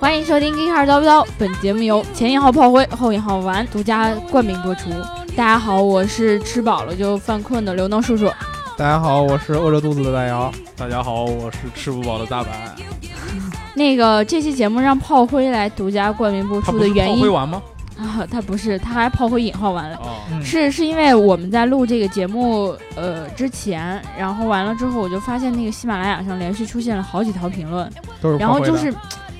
欢迎收听《g e e k 二叨不叨》，本节目由前引号炮灰、后引号丸独家冠名播出。大家好，我是吃饱了就犯困的刘能叔叔。大家好，我是饿着肚子的大姚。大家好，我是吃不饱的大白。那个这期节目让炮灰来独家冠名播他出不的是原炮因 灰丸吗？啊，他不是，他还炮灰引号完了。哦，嗯是是因为我们在录这个节目呃之前，然后完了之后，我就发现那个喜马拉雅上连续出现了好几条评论，都是然后炮灰的就是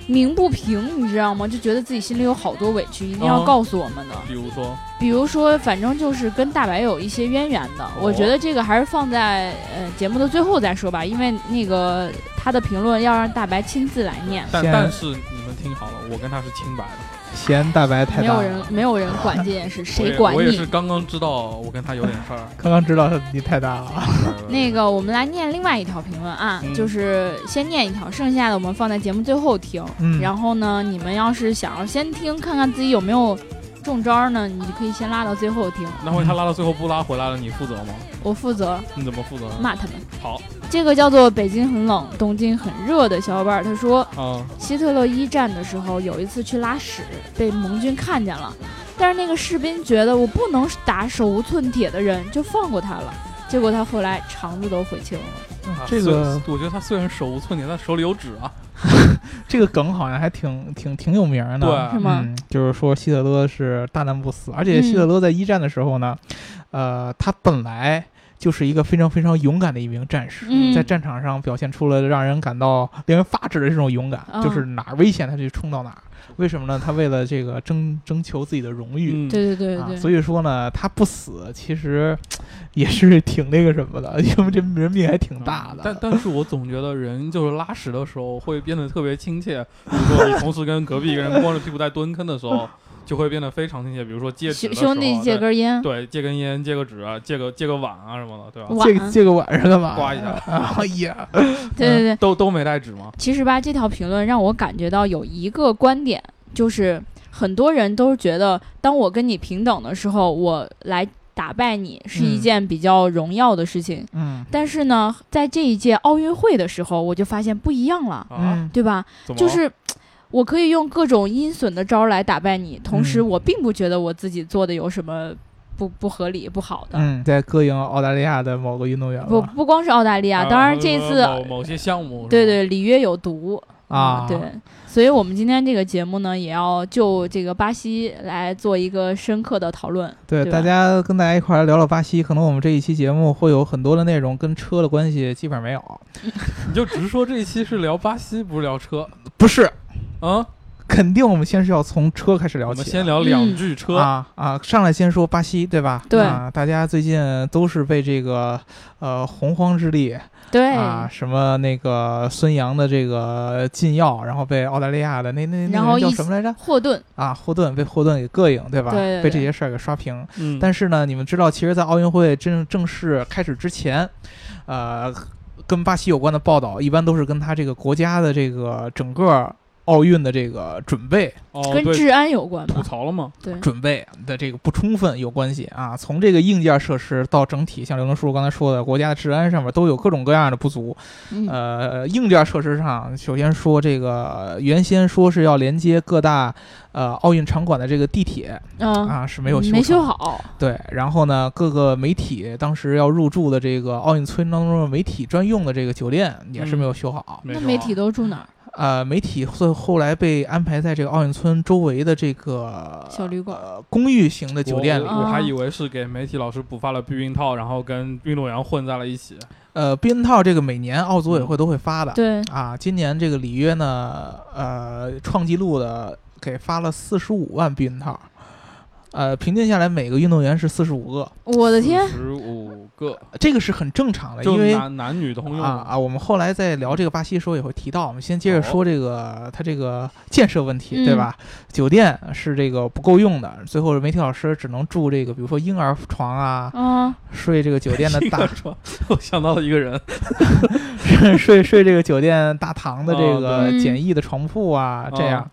鸣不平，你知道吗？就觉得自己心里有好多委屈，一定要哦告诉我们的。比如说，比如说，反正就是跟大白有一些渊源的，哦我觉得这个还是放在呃节目的最后再说吧，因为那个他的评论要让大白亲自来念，但现在但是你们听好了，我跟他是清白的。嫌大白太没大有了。人没有人管这件事，我谁也管我也是你？刚刚知道我跟他有点事儿。呃刚刚知道他你太大了， 那个，我们来念另外一条评论啊，嗯就是先念一条，剩下的我们放在节目最后听。嗯然后呢，你们要是想要先听，看看自己有没有中招呢，你就可以先拉到最后听，那回他拉到最后不拉回来了，你负责吗？我负责你怎么负责？啊骂他们。好这个叫做北京很冷，东京很热的小伙伴儿，他说。啊，希特勒一战的时候，有一次去拉屎被盟军看见了，但是那个士兵觉得我不能打手无寸铁的人，就放过他了。结果他后来肠子都悔青了。啊嗯这个虽我觉得他虽然手无寸铁，但手里有纸啊。这个梗好像还挺挺挺有名儿的，对是吗嗯嗯，就是说希特勒是大难不死，而且希特勒在一战的时候呢，呃，他本来就是一个非常非常勇敢的一名战士，嗯在战场上表现出了让人感到令人发指的这种勇敢，嗯就是哪儿危险他就冲到哪儿。为什么呢？他为了这个争征求自己的荣誉，嗯，对对对对啊，对，所以说呢，他不死其实也是挺那个什么的，因为这人命还挺大的。嗯啊但但是我总觉得人就是拉屎的时候会变得特别亲切，比如说你同时跟隔壁一个人光着屁股在蹲坑的 时候，就会变得非常亲切。比如说借纸兄的时候啊兄弟借根烟，对，借根烟，借个纸啊，借个借个碗啊什么的，对吧？晚这个安。这个晚上干嘛？刮一下啊！哎呀， 对对对，都都没带纸吗？其实吧，这条评论让我感觉到有一个观点，就是很多人都觉得，当我跟你平等的时候，我来打败你是一嗯件比较荣耀的事情。嗯但是呢，在这一届奥运会的时候，我就发现不一样了，啊，嗯对吧？怎么了就是我可以用各种阴损的招儿来打败你，同时嗯我并不觉得我自己做的有什么不不合理、不好的。嗯，在歌咏澳大利亚的某个运动员不吧嗯不光是澳大利亚，啊当然这某次、某某些项目，对，对里约有毒嗯啊，对，所以我们今天这个节目呢，也要就这个巴西来做一个深刻的讨论。对，对吧大家跟大家一块儿聊聊巴西，可能我们这一期节目会有很多的内容跟车的关系基本上没有，你就直说这一期是聊巴西，不是聊车不是，啊？肯定我们先是要从车开始聊我们起的。先聊嗯两句车，啊啊！上来先说巴西，对吧？对啊，大家最近都是被这个呃洪荒之力对，啊，什么那个孙杨的这个禁药，然后被澳大利亚的那那那然后个人叫一什么来着？霍顿，啊，霍顿被霍顿给膈应，对吧？对对对被这些事儿给刷屏。嗯，但是呢，你们知道，其实，在奥运会正正式开始之前，呃，跟巴西有关的报道，一般都是跟他这个国家的这个整个奥运的这个准备哦，跟对，治安有关吐吧？槽了吗？对，准备的这个不充分有关系啊。从这个硬件设施到整体，像刘能叔叔刚才说的，国家的治安上面都有各种各样的不足。嗯，呃，硬件设施上，首先说这个原先说是要连接各大呃奥运场馆的这个地铁嗯啊是没有修没成修的。好，对，然后呢，各个媒体当时要入驻的这个奥运村当中的媒体专用的这个酒店也是嗯没有修好。那说媒啊体都住哪儿？呃，媒体最后来被安排在这个奥运村周围的这个小旅馆呃公寓型的酒店里我。啊我还以为是给媒体老师补发了避孕套，然后跟运动员混在了一起。呃，避孕套这个每年奥组委嗯会都会发的。呃对，啊，今年这个里约呢，呃，创纪录的给发了四十五万避孕套，呃，平均下来每个运动员是四十五个，我的天，十五个，这个是很正常的，就因为啊男男女通用嘛。啊，我们后来在聊这个巴西的时候也会提到，我们先哦接着说这个、它这个建设问题，对嗯吧？酒店是这个不够用的，最后媒体老师只能住这个，比如说婴儿床啊，啊，睡这个酒店的大 一个床，我想到了一个人， 睡睡这个酒店大堂的这哦个对简易的床铺啊，嗯这样，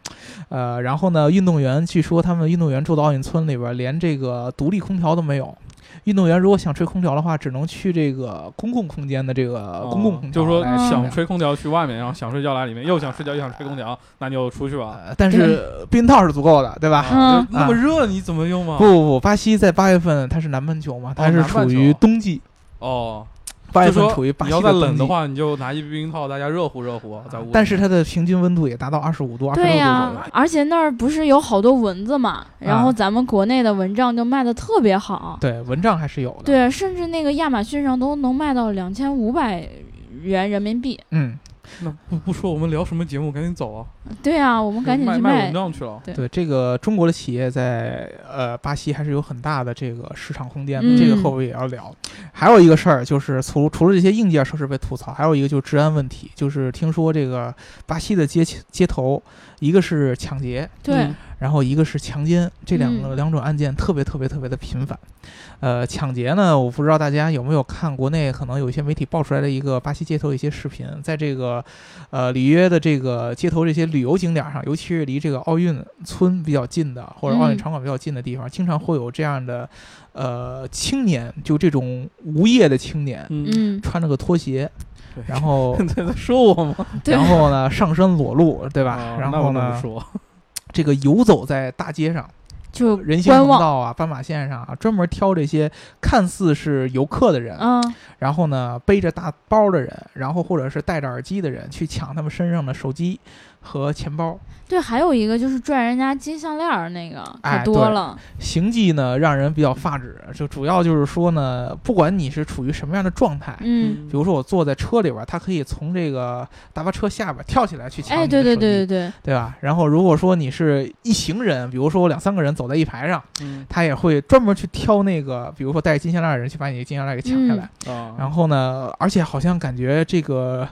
呃，然后呢，运动员据说他们运动员住的奥运村里边，连这个独立空调都没有，运动员如果想吹空调的话，只能去这个公共空间的这个啊公共啊空调哦就是说来嗯乘想凉吹空调去外面，然后想睡觉来里面，又想睡觉又想吹空调，那你就出去吧。呃但是避孕套是足够的，对吧？啊嗯就那么热你怎么用嘛不？不不，巴西在八月份它是南半球嘛，它是哦南半处于球冬季，哦，八月就份说处于巴你西要再的冬冷季的。话，你就拿一避孕套，大家热乎热乎，在屋里。但是它的平均温度也达到二十五度、二十六对度左呀、右。嗯而且那儿不是有好多蚊子嘛，然后咱们国内的蚊帐就卖的特别好，对，蚊帐还是有的。，对，甚至那个亚马逊上都能卖到两千五百元人民币。嗯，那不不说我们聊什么节目，赶紧走啊！对啊，我们赶紧卖去卖蚊帐去了。对对，这个中国的企业在呃巴西还是有很大的这个市场空间的，嗯这个后边也要聊。还有一个事儿就是除除了这些硬件设施被吐槽，还有一个就是治安问题，就是听说这个巴西的街街头，一个是抢劫，对、嗯然后一个是强奸，这两个、嗯两种案件特别特别特别的频繁。呃，抢劫呢，我不知道大家有没有看国内可能有一些媒体爆出来的一个巴西街头一些视频，在这个呃里约的这个街头这些旅游景点上，尤其是离这个奥运村比较近的或者奥运嗯场馆比较近的地方，经常会有这样的呃青年，就这种无业的青年，嗯， 嗯，穿着个拖鞋，对然后 在在说我吗？对然后呢上身裸露，对吧？哦然那我后不呢说，这个游走在大街上。就人行观横望。道啊、斑马线上啊，专门挑这些看似是游客的人，嗯，然后呢背着大包的人，然后或者是戴着耳机的人去抢他们身上的手机和钱包。对，还有一个就是拽人家金项链儿那个哎可多了，行迹呢让人比较发指，就主要就是说呢，不管你是处于什么样的状态。嗯，比如说我坐在车里边，他可以从这个大巴车下边跳起来去抢哎，你对的对手对对机对，对吧？然后如果说你是一行人，比如说我两三个人走在一排上，嗯他也会专门去挑那个，比如说戴金项链的人去把你的金项链给抢下来。嗯啊，然后呢，而且好像感觉这个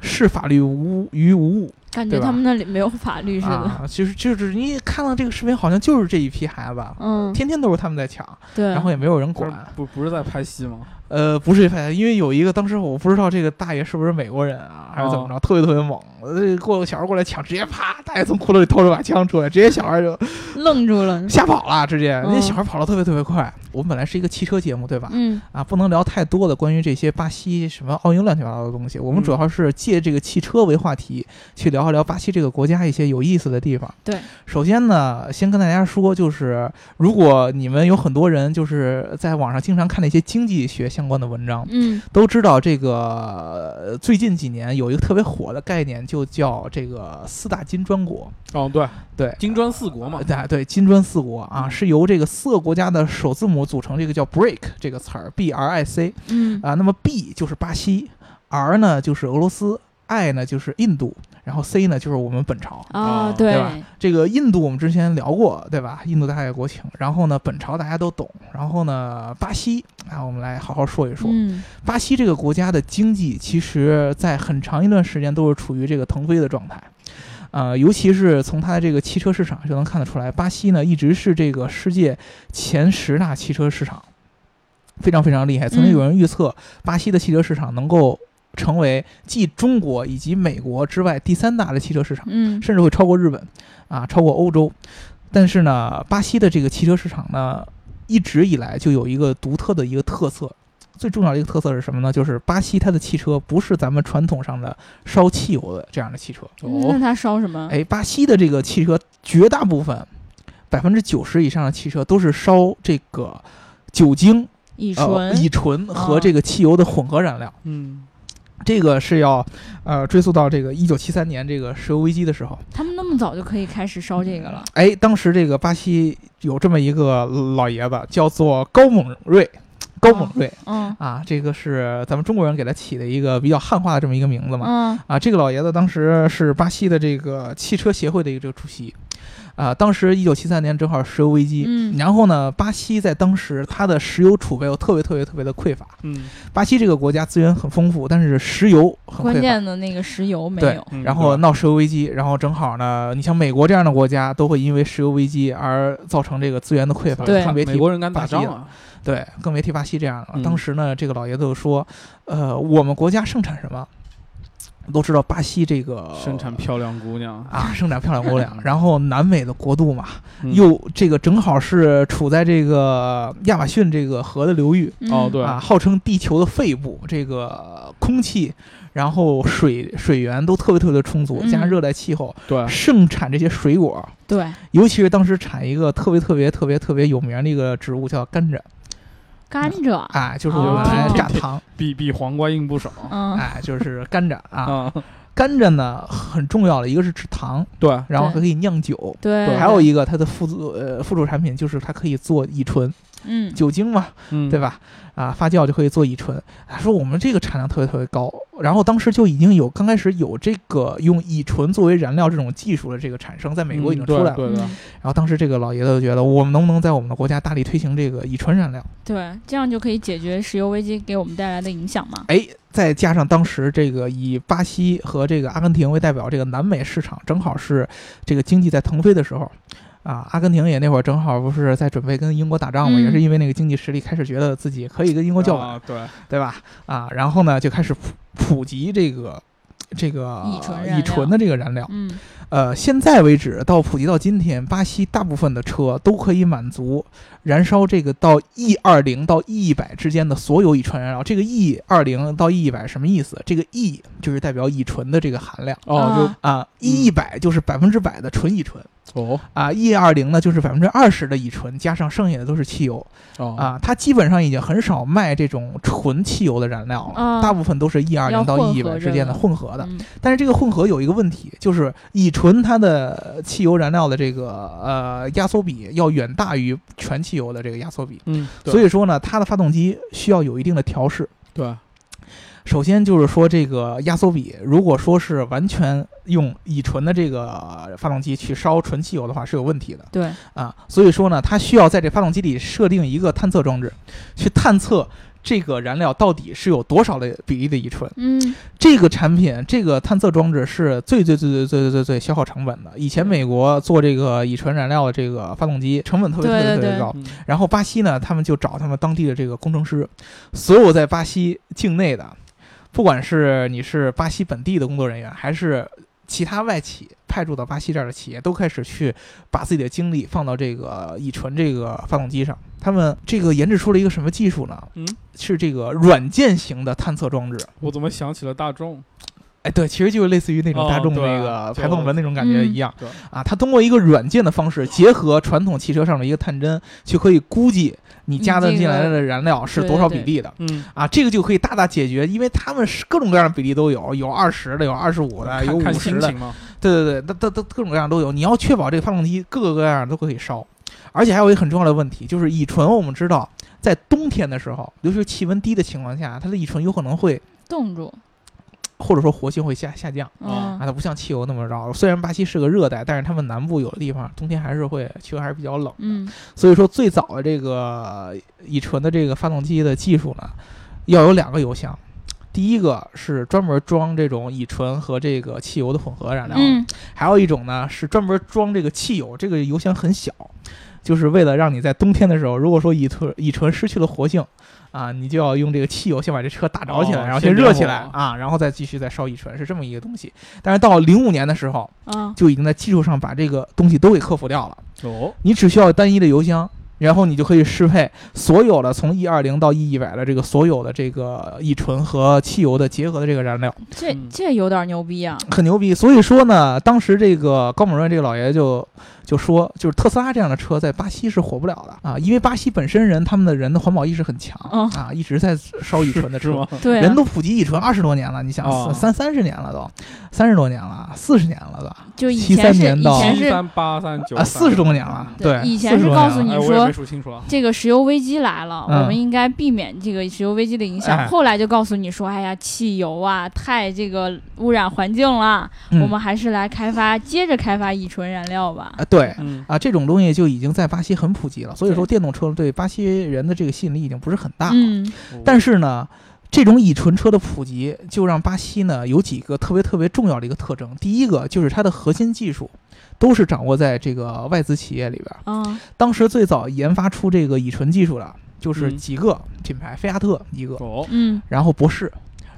视法律无于无物感对觉吧他们那里没有法律似的，啊，就是就是你看到这个视频，好像就是这一批孩子，啊嗯，天天都是他们在抢，对，嗯然后也没有人不是管。不不是在拍戏吗？呃，不是因为有一个当时我不知道这个大爷是不是美国人哦啊，还是怎么着，特别特别猛，呃，过小孩过来抢，直接啪，大爷从裤兜里掏出把枪出来，直接小孩就愣住了，吓跑了，直接那嗯小孩跑得特别特别快。我们本来是一个汽车节目，对吧？嗯啊，不能聊太多的关于这些巴西什么奥运乱七八糟的东西。我们嗯主要是借这个汽车为话题，去聊一聊巴西这个国家一些有意思的地方。对，首先呢，先跟大家说，就是如果你们有很多人就是在网上经常看那些经济学相关的文章，嗯，都知道这个呃最近几年有一个特别火的概念，就叫这个四大金砖国。哦，对，对，金砖四国嘛呃，对对，金砖四国啊，嗯是由这个四个国家的首字母组成，这个叫 BRIC 这个词儿，B R I C。嗯啊，那么 B 就是巴西，R 呢就是俄罗斯，I 呢就是印度，然后 C 呢就是我们本朝。啊，啊对哦对吧这个印度我们之前聊过，对吧？印度大概国情，然后呢，本朝大家都懂，然后呢，巴西啊，我们来好好说一说。嗯，巴西这个国家的经济，其实在很长一段时间都是处于这个腾飞的状态。呃，尤其是从它的这个汽车市场就能看得出来，巴西呢一直是这个世界前十大汽车市场，非常非常厉害。曾经有人预测，巴西的汽车市场能够成为继中国以及美国之外第三大的汽车市场。嗯，甚至会超过日本，啊，超过欧洲。但是呢，巴西的这个汽车市场呢，一直以来就有一个独特的一个特色。最重要的一个特色是什么呢？就是巴西它的汽车不是咱们传统上的烧汽油的这样的汽车。那他烧什么？哦哎，巴西的这个汽车绝大部分，百分之九十以上的汽车都是烧这个酒精、乙呃醇，乙醇和哦这个汽油的混合燃料。嗯，这个是要，呃，追溯到这个一九七三年这个石油危机的时候。他们那么早就可以开始烧这个了。哎，当时这个巴西有这么一个老爷子，叫做高猛瑞，哦高猛瑞、嗯啊，这个是咱们中国人给他起的一个比较汉化的这么一个名字嘛。嗯啊，这个老爷子当时是巴西的这个汽车协会的一个这个主席，啊，当时一九七三年正好石油危机，嗯然后呢，巴西在当时它的石油储备又特别特别特别的匮乏，嗯，巴西这个国家资源很丰富，但是石油很匮关乏。键的那个石油没对有。嗯然对后吧闹石油危机，然后正好呢，你像美国这样的国家都会因为石油危机而造成这个资源的匮乏，对更别美提国人敢打巴西仗了啊，对，更别提巴西这样了。嗯当时呢，这个老爷子就说，呃，我们国家盛产什么？都知道巴西这个生产漂亮姑娘，哦啊，生产漂亮姑娘，然后南美的国度嘛，嗯又这个正好是处在这个亚马逊这个河的流域哦嗯对啊，号称地球的肺部，这个空气，然后水水源都特别特别的充足，加嗯上热带气候，对，盛产这些水果，对，尤其是当时产一个特别特别特别特别有名的一个植物叫甘蔗甘蔗，啊，就是我们哦来榨糖，比比黄瓜硬不少嗯，哎，就是甘蔗哦啊。啊，甘蔗呢很重要的一个是制糖，对，然后对还可以酿酒，对，还有一个它的副作呃附属产品就是它可以做乙醇，嗯，酒精嘛，嗯，对吧？啊，发酵就可以做乙醇。啊说我们这个产量特别特别高，然后当时就已经有刚开始有这个用乙醇作为燃料这种技术的这个产生，在美国已经嗯出对来了。对的嗯，然后当时这个老爷子就觉得，我们能不能在我们的国家大力推行这个乙醇燃料？对，这样就可以解决石油危机给我们带来的影响嘛。哎，再加上当时这个以巴西和这个阿根廷为代表，这个南美市场正好是这个经济在腾飞的时候。啊，阿根廷也那会儿正好不是在准备跟英国打仗嘛，嗯也是因为那个经济实力开始觉得自己可以跟英国叫板，啊，对，对吧？啊，然后呢就开始普普及这个这个乙醇燃料乙醇的这个燃料。嗯，呃，现在为止到普及到今天，巴西大部分的车都可以满足燃烧这个到 E 二零到 E 一百之间的所有乙醇燃料。这个 E 二零到 E 一百什么意思？这个 E 就是代表乙醇的这个含量哦，啊，E 嗯一百就是百分之百的纯乙醇就哦啊，E 二零呢就是百分之二十的乙醇，加上剩下的都是汽油哦，啊。它基本上已经很少卖这种纯汽油的燃料了，啊大部分都是 E 二零到要混 E 一合百着之间的的混合的。嗯但是这个混合有一个问题，就是乙醇它的汽油燃料的这个呃压缩比要远大于全汽油的这个压缩比，嗯，对所以说呢，它的发动机需要有一定的调试。对，首先就是说，这个压缩比如果说是完全用乙醇的这个发动机去烧纯汽油的话是有问题的对，啊，所以说呢，它需要在这发动机里设定一个探测装置，去探测这个燃料到底是有多少的比例的乙醇。嗯，这个产品，这个探测装置是最最最最最最最最消耗成本的。以前美国做这个乙醇燃料的这个发动机，成本特别特对别特对别对高。嗯然后巴西呢，他们就找他们当地的这个工程师，所有在巴西境内的，不管是你是巴西本地的工作人员，还是其他外企派驻到巴西这儿的企业，都开始去把自己的精力放到这个乙醇这个发动机上。他们这个研制出了一个什么技术呢？嗯，是这个软件型的探测装置。我怎么想起了大众？哎，对，其实就是类似于那种哦大众对那个就排放门那种嗯感觉一样、对啊。它通过一个软件的方式，结合传统汽车上的一个探针，就可以估计你加的你这进个来的燃料是对多少对比对例的。嗯，啊，这个就可以大大解决，因为他们是各种各样的比例都有，有二十的，有二十五的，有看五看十心的情，嘛，对对对，它它它各种各样都有。你要确保这个发动机各个各样都可以烧，而且还有一个很重要的问题，就是乙醇，我们知道在冬天的时候，尤其是气温低的情况下，它的乙醇有可能会冻住，或者说活性会下下降。嗯啊，它不像汽油那么热。虽然巴西是个热带，但是他们南部有的地方冬天还是会气温还是比较冷的。嗯，所以说，最早的这个乙醇的这个发动机的技术呢，要有两个油箱。第一个是专门装这种乙醇和这个汽油的混合燃料，嗯，还有一种呢是专门装这个汽油。这个油箱很小，就是为了让你在冬天的时候，如果说乙醇乙醇失去了活性，啊，你就要用这个汽油先把这车打着起来，哦然后先先热点起火来啊，然后再继续再烧乙醇，是这么一个东西。但是到零五年的时候，啊，就已经在技术上把这个东西都给克服掉了。哦，你只需要单一的油箱，然后你就可以适配所有的从 E 二零到 E 一百的这个所有的这个乙醇和汽油的结合的这个燃料，这嗯这有点牛逼啊，很牛逼。所以说呢，当时这个高某润这个老爷就就说，就是特斯拉这样的车在巴西是火不了的啊，因为巴西本身人他们的人的环保意识很强、嗯啊，一直在烧乙醇的哦是车。吗？对啊，嗯人都普及乙醇二十多年了，你想哦三三十年了都，三十多年了，四十年了都，就以73前是年以到前七是三八三九啊，四十多年了，对以前40是多告年诉了你哎，我也说没数清楚啊。这个石油危机来了，嗯我们应该避免这个石油危机的影哎响。后来就告诉你说，哎呀，汽油啊，太这个污染环境了，嗯我们还是来开发，接着开发乙醇燃料吧。啊，对，嗯，啊，这种东西就已经在巴西很普及了，所以说对电动车对巴西人的这个吸引力已经不是很大了。嗯但是是呢，这种乙醇车的普及，就让巴西呢有几个特别特别重要的一个特征。第一个就是它的核心技术都是掌握在这个外资企业里边儿。啊当时最早研发出这个乙醇技术的，就是嗯几个品牌，菲亚特一个，哦，嗯然后博士，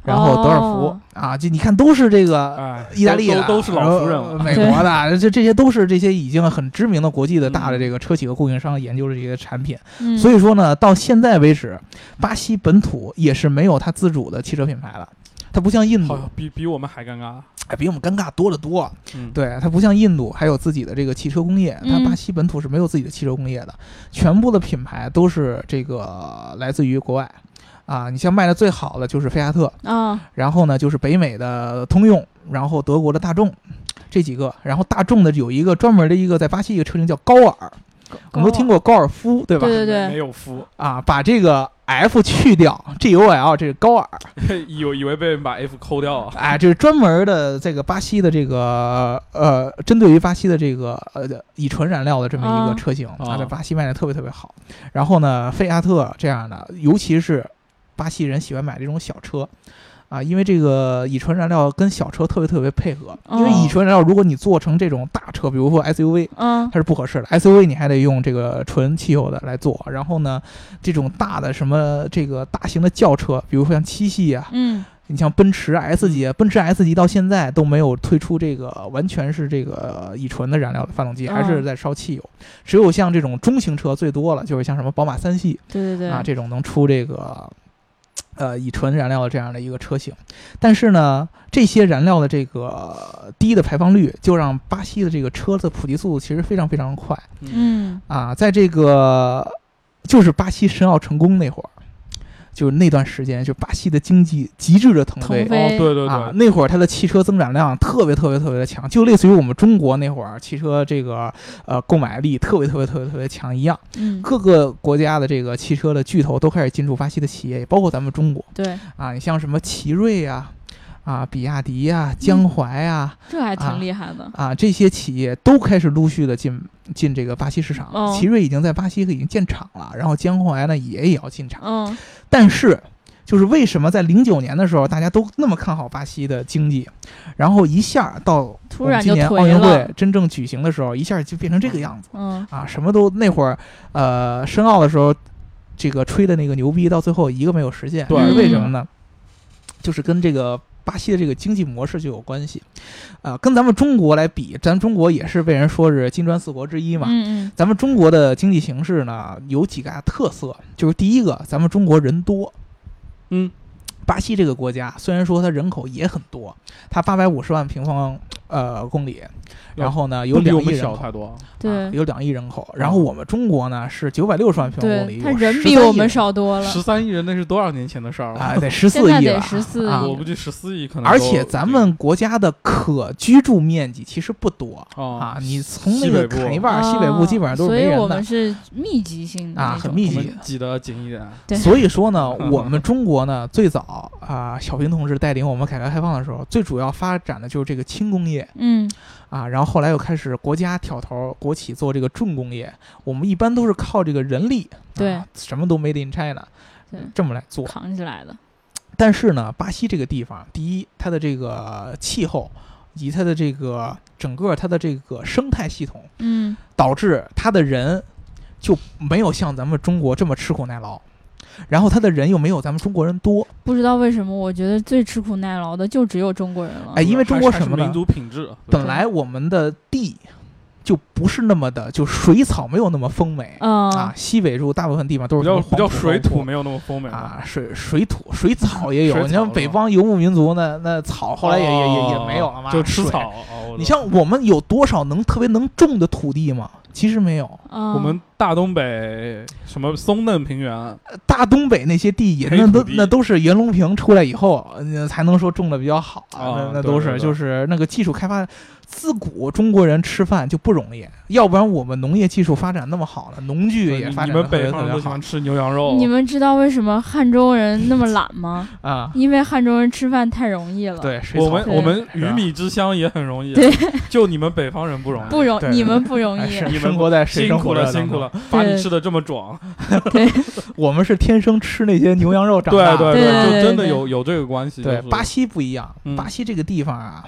然后德尔福、哦啊，就你看都是这个哎，呃意大利都的都都是老熟人然了后。美国 的，这这些都是这些已经很知名的国际的嗯大的这个车企和供应商研究的这些产品。嗯，所以说呢，到现在为止，巴西本土也是没有它自主的汽车品牌了。它不像印度好，像比比我们还尴尬。哎，比我们尴尬多了多。嗯，对，它不像印度还有自己的这个汽车工业，它嗯巴西本土是没有自己的汽车工业的，全部的品牌都是这个来自于国外。啊，你像卖的最好的就是菲亚特，啊，然后呢就是北美的通用，然后德国的大众，这几个。然后大众的有一个专门的一个在巴西一个车型叫高尔，我哦们都听过高尔夫，对吧？对对对没没有夫，啊，把这个 F 去掉，G O L 这是高尔，以为以为被人把 F 抠掉啊。哎，这是专门的这个巴西的这个呃，针对于巴西的这个呃乙醇燃料的这么一啊个车型，它在啊巴西卖的特别特别好。然后呢，菲亚特这样的，尤其是巴西人喜欢买这种小车。啊，因为这个乙醇燃料跟小车特别特别配合，因为哦乙醇燃料如果你做成这种大车，比如说 SUV，嗯它是不合适的。SUV 你还得用这个纯汽油的来做，然后呢，这种大的什么这个大型的轿车，比如说像七系啊，嗯你像奔驰 S 级，啊奔驰 S 级到现在都没有推出这个完全是这个乙醇的燃料的发动机，哦还是在烧汽油。只有像这种中型车最多了，就是像什么宝马三系对对对啊这种能出这个。呃，乙醇燃料的这样的一个车型，但是呢，这些燃料的这个呃低的排放率，就让巴西的这个车的普及速度其实非常非常快。嗯啊，在这个就是巴西申奥成功那会儿，就是那段时间，就巴西的经济极致的腾飞腾飞哦，对对啊，对，那会儿它的汽车增长量特别特别特别的强，就类似于我们中国那会儿汽车这个呃购买力特别特别特别特别强一样。嗯，各个国家的这个汽车的巨头都开始进驻巴西的企业，也包括咱们中国对，啊，你像什么奇瑞啊。啊，比亚迪啊，嗯江淮啊，这还啊挺厉害的。啊，这些企业都开始陆续的进进这个巴西市场。哦奇瑞已经在巴西已经建厂了，然后江淮呢也也要进厂。嗯但是，就是为什么在零九年的时候大家都那么看好巴西的经济，然后一下到突我们然今就年颓奥运了会真正举行的时候，一下就变成这个样子嗯啊？什么都那会儿，呃，申奥的时候，这个吹的那个牛逼，到最后一个没有实现，对是为嗯什么呢？就是跟这个。巴西的这个经济模式就有关系，啊、跟咱们中国来比，咱中国也是被人说是金砖四国之一嘛，嗯嗯，咱们中国的经济形势呢，有几大特色，就是第一个，咱们中国人多。嗯，巴西这个国家虽然说它人口也很多，它八百五十万平方呃公里，然后呢有不比两我亿们人小口。太多。啊对有两亿人口，然后我们中国呢是九百六十万平方公对，里，他有人13比我亿们人少多了。十三亿人那是多少年前的事儿了？啊，得十四现在亿得了， 14啊亿我估计十四亿可能都。而且咱们国家的可居住面积其实不多哦啊，你从那西个北部砍一半儿，西北部基本上都是啊没哦所以人我的们。是密集性的啊那很种密我集们挤得紧一点。对所以说 呢，我们中国呢，最早啊、小平同志带领我们改革开放的时候，最主要发展的就是这个轻工业嗯啊，然后后来又开始国家挑头，国企做这个重工业。我们一般都是靠这个人力，对啊，什么都 made in China，对这么来做。扛起来的。但是呢，巴西这个地方，第一，它的这个气候以及它的这个整个它的这个生态系统，嗯，导致他的人就没有像咱们中国这么吃苦耐劳，然后他的人又没有咱们中国人多。不知道为什么，我觉得最吃苦耐劳的就只有中国人了。哎因为中国还是什么呢还是民族品质，本来我们的地就不是那么的，就水草没有那么丰美、嗯啊。西北部大部分地方都比是较什么比较黄水土黄没有那么丰美了啊，水水土水草也有。水你像草北是吧方游牧民族呢，那草后来也、也也也没有了嘛，就吃水 草。。哦我你懂像我们有多少能特别能种的土地吗？其实没有，啊，我们大东北什么松嫩平原，大东北那些地也黑那土都地那都是袁隆平出来以后，呃才能说种的比较好啊那那对都对是对就是那个技术开发，自古中国人吃饭就不容易，要不然我们农业技术发展那么好呢，农具对也呃你发你展的特们别北特方人别都喜好欢吃牛羊肉，你们知道为什么汉州人那么懒 吗？啊。因为汉州人吃饭太容易了。。对，水我草们对我们是鱼吧米之乡也很容易，啊对， 就你们北方人不容易，不容对，你们不容哎易 是，你们生活在水辛深苦火了热辛当苦中了，，把你对吃的这么壮，我们是天生吃那些牛羊肉长对大的。对对对就真的对有有这个关系，对就，是巴西不一样，嗯啊巴西这个地方啊，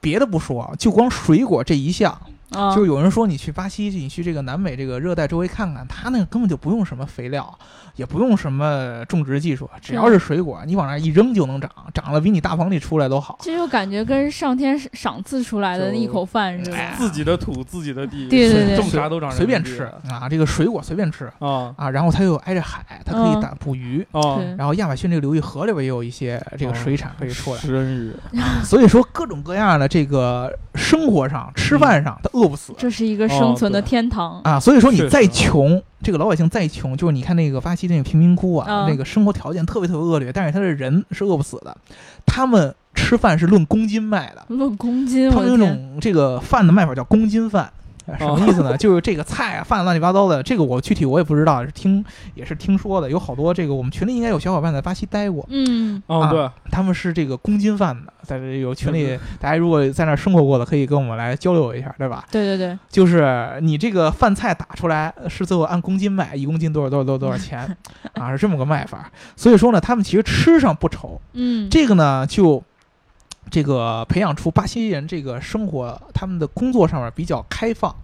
别的不说，就光水果这一项，啊，就是有人说你去巴西，你去这个南美这个热带周围看看，它那个根本就不用什么肥料，也不用什么种植技术，只要是水果，你往那儿一扔就能长，长得比你大棚里出来都好。这就感觉跟上天赏赐出来的就一口饭哎似的。自己的土，自己的地，对对对种啥都长人民币，随便吃啊，这个水果随便吃啊啊，然后它又挨着海，它可以嗯打捕鱼。啊，对然后亚马逊这个流域河里边也有一些这个哦水产可以出来， 食人鱼，所以说各种各样的这个生活上、吃饭上，他饿不死这是一个哦生存的对天堂。啊。所以说你确再实啊穷，这个老百姓再穷，就是你看那个巴西那个贫民窟啊，嗯那个生活条件特别特别恶劣，但是他的人是饿不死的，他们吃饭是论公斤卖的， 论公斤，他我们的有天，哦种这个饭的卖法叫公斤饭。啊什么意思呢？ 就是这个菜啊，饭乱七八糟的，这个我具体我也不知道，是听也是听说的。有好多这个我们群里应该有小伙伴在巴西待过，嗯，哦啊对，他们是这个公斤饭的，在这有群里，大家如果在那儿生活过的，可以跟我们来交流一下，对吧？对对对，就是你这个饭菜打出来是最后按公斤卖，一公斤多少多少多少多 少钱啊，是这么个卖法。所以说呢，他们其实吃上不愁，嗯，这个呢就这个培养出巴西人这个生活，他们的工作上面比较开放，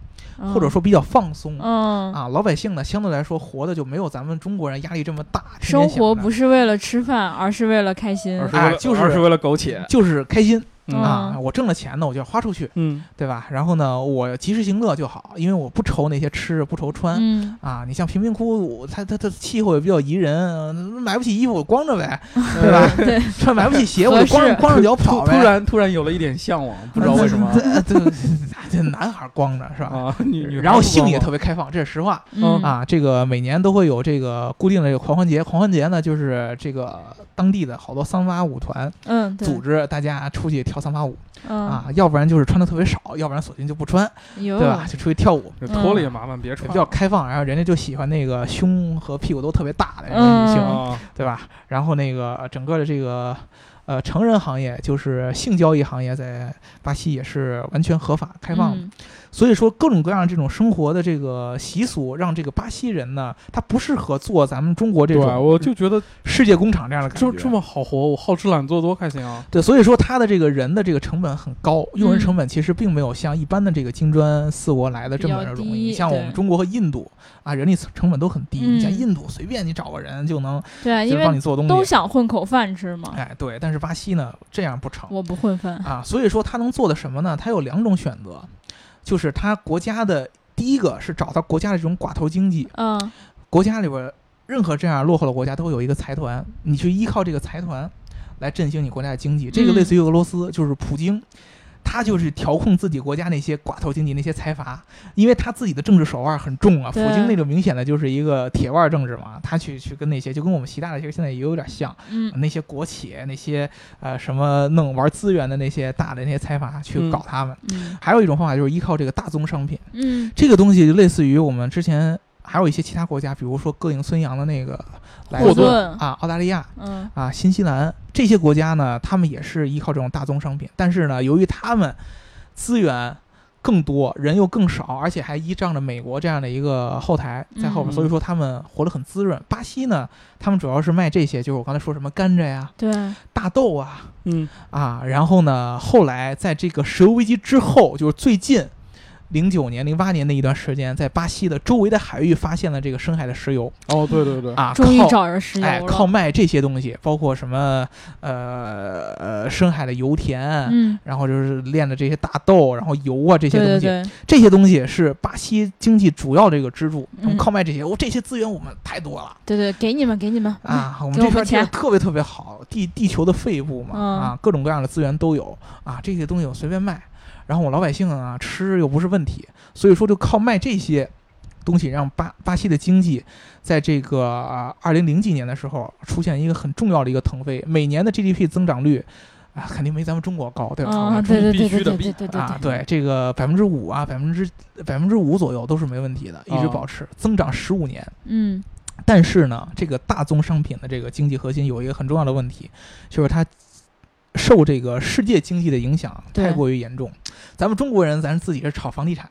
或者嗯说比较放松。嗯，啊，老百姓呢，相对来说活的就没有咱们中国人压力这么大，天天生想活着不是为了吃饭，而是为了开心而。哎为了就是而是为了苟且，就是开心嗯啊！我挣了钱呢，我就要花出去，嗯，对吧？然后呢，我及时行乐就好，因为我不愁那些吃，不愁穿。嗯，啊，你像贫民窟，我它它它气候也比较宜人，呃买不起衣服我光着 呗，对吧？对，穿买不起鞋我就合光适光着脚突跑突呗。然突然有了一点向往，不知道为什么这这这这男孩光着是吧？ 啊，女女嗯孩然后不性光也吗特别开放，这是实话嗯啊。这个每年都会有这个固定的这个狂欢节，狂欢节呢就是这个当地的好多桑巴舞团嗯，对组织大家出去跳桑巴舞嗯啊，要不然就是穿的特别少，要不然索性就不穿，有对吧？就出去跳舞。就脱了也麻烦，别哦穿比较开放，然后人家就喜欢那个胸和屁股都特别大的那种女性，嗯啊，对吧？然后那个呃整个的这个呃成人行业，就是性交易行业，在巴西也是完全合法开放的。嗯所以说，各种各样这种生活的这个习俗，让这个巴西人呢，他不适合做咱们中国这对，啊种我就觉得世界工厂这样的感觉。这这么好活，我好吃懒做多开心啊！对，所以说他的这个人的这个成本很高，嗯用人成本其实并没有像一般的这个金砖四国来的这么比较容低易。像我们对中国和印度啊，人力成本都很低。你像嗯印度，随便你找个人就能对啊，就因是帮你为做东都西。想混口饭吃嘛。哎，对，但是巴西呢，这样不成我不混饭，啊。所以说他能做的什么呢？他有两种选择，就是他国家的第一个是找到国家的这种寡头经济，嗯国家里边儿任何这样落后的国家都会有一个财团，你去依靠这个财团来振兴你国家的经济。这嗯个类似于俄罗斯，就是普京。他就是调控自己国家那些寡头经济、那些财阀，因为他自己的政治手腕很重啊。普对京那种明显的就是一个铁腕政治嘛，他去去跟那些就跟我们习大大其实现在也有点像，嗯那些国企、那些呃什么弄玩资源的那些大的那些财阀去嗯搞他们。嗯还有一种方法就是依靠这个大宗商品，嗯，这个东西就类似于我们之前还有一些其他国家，比如说膈应孙杨的那个来霍火自顿顿，啊、澳大利亚嗯啊、新西兰这些国家呢，他们也是依靠这种大宗商品，但是呢，由于他们资源。更多人又更少，而且还依仗着美国这样的一个后台在后边，嗯所以说他们活得很滋润。巴西呢，他们主要是卖这些，就是我刚才说什么甘蔗呀、对，大豆啊嗯，啊，然后呢，后来在这个石油危机之后，就是最近零九年、零八年那一段时间，在巴西的周围的海域发现了这个深海的石油哦，对对对，啊，终于靠找着石油哎靠了，卖这些东西，包括什么呃呃深海的油田。嗯，然后就是炼的这些大豆，然后油啊这些对东西，对对，这些东西是巴西经济主要的一个支柱。他们嗯靠卖这些，哦，这些资源我们太多了，对对，给你们，给你们，嗯啊，我们给这我片们地儿钱特别特别好，地地球的肺部嘛，嗯啊，各种各样的资源都有啊，这些东西我随便卖，然后我老百姓啊吃又不是问题，所以说就靠卖这些东西，让巴巴西的经济在这个啊二零零几年的时候出现一个很重要的一个腾飞，每年的 GDP 增长率啊肯定没咱们中国高，对吧？我啊，们对对必对须对的对必对对啊，，对这个百分之五啊，百分之百分之五左右都是没问题的，一直哦保持、增长十五年。嗯但是呢，这个大宗商品的这个经济核心有一个很重要的问题，就是它受这个世界经济的影响对太过于严重。咱们中国人，咱自己是炒房地产，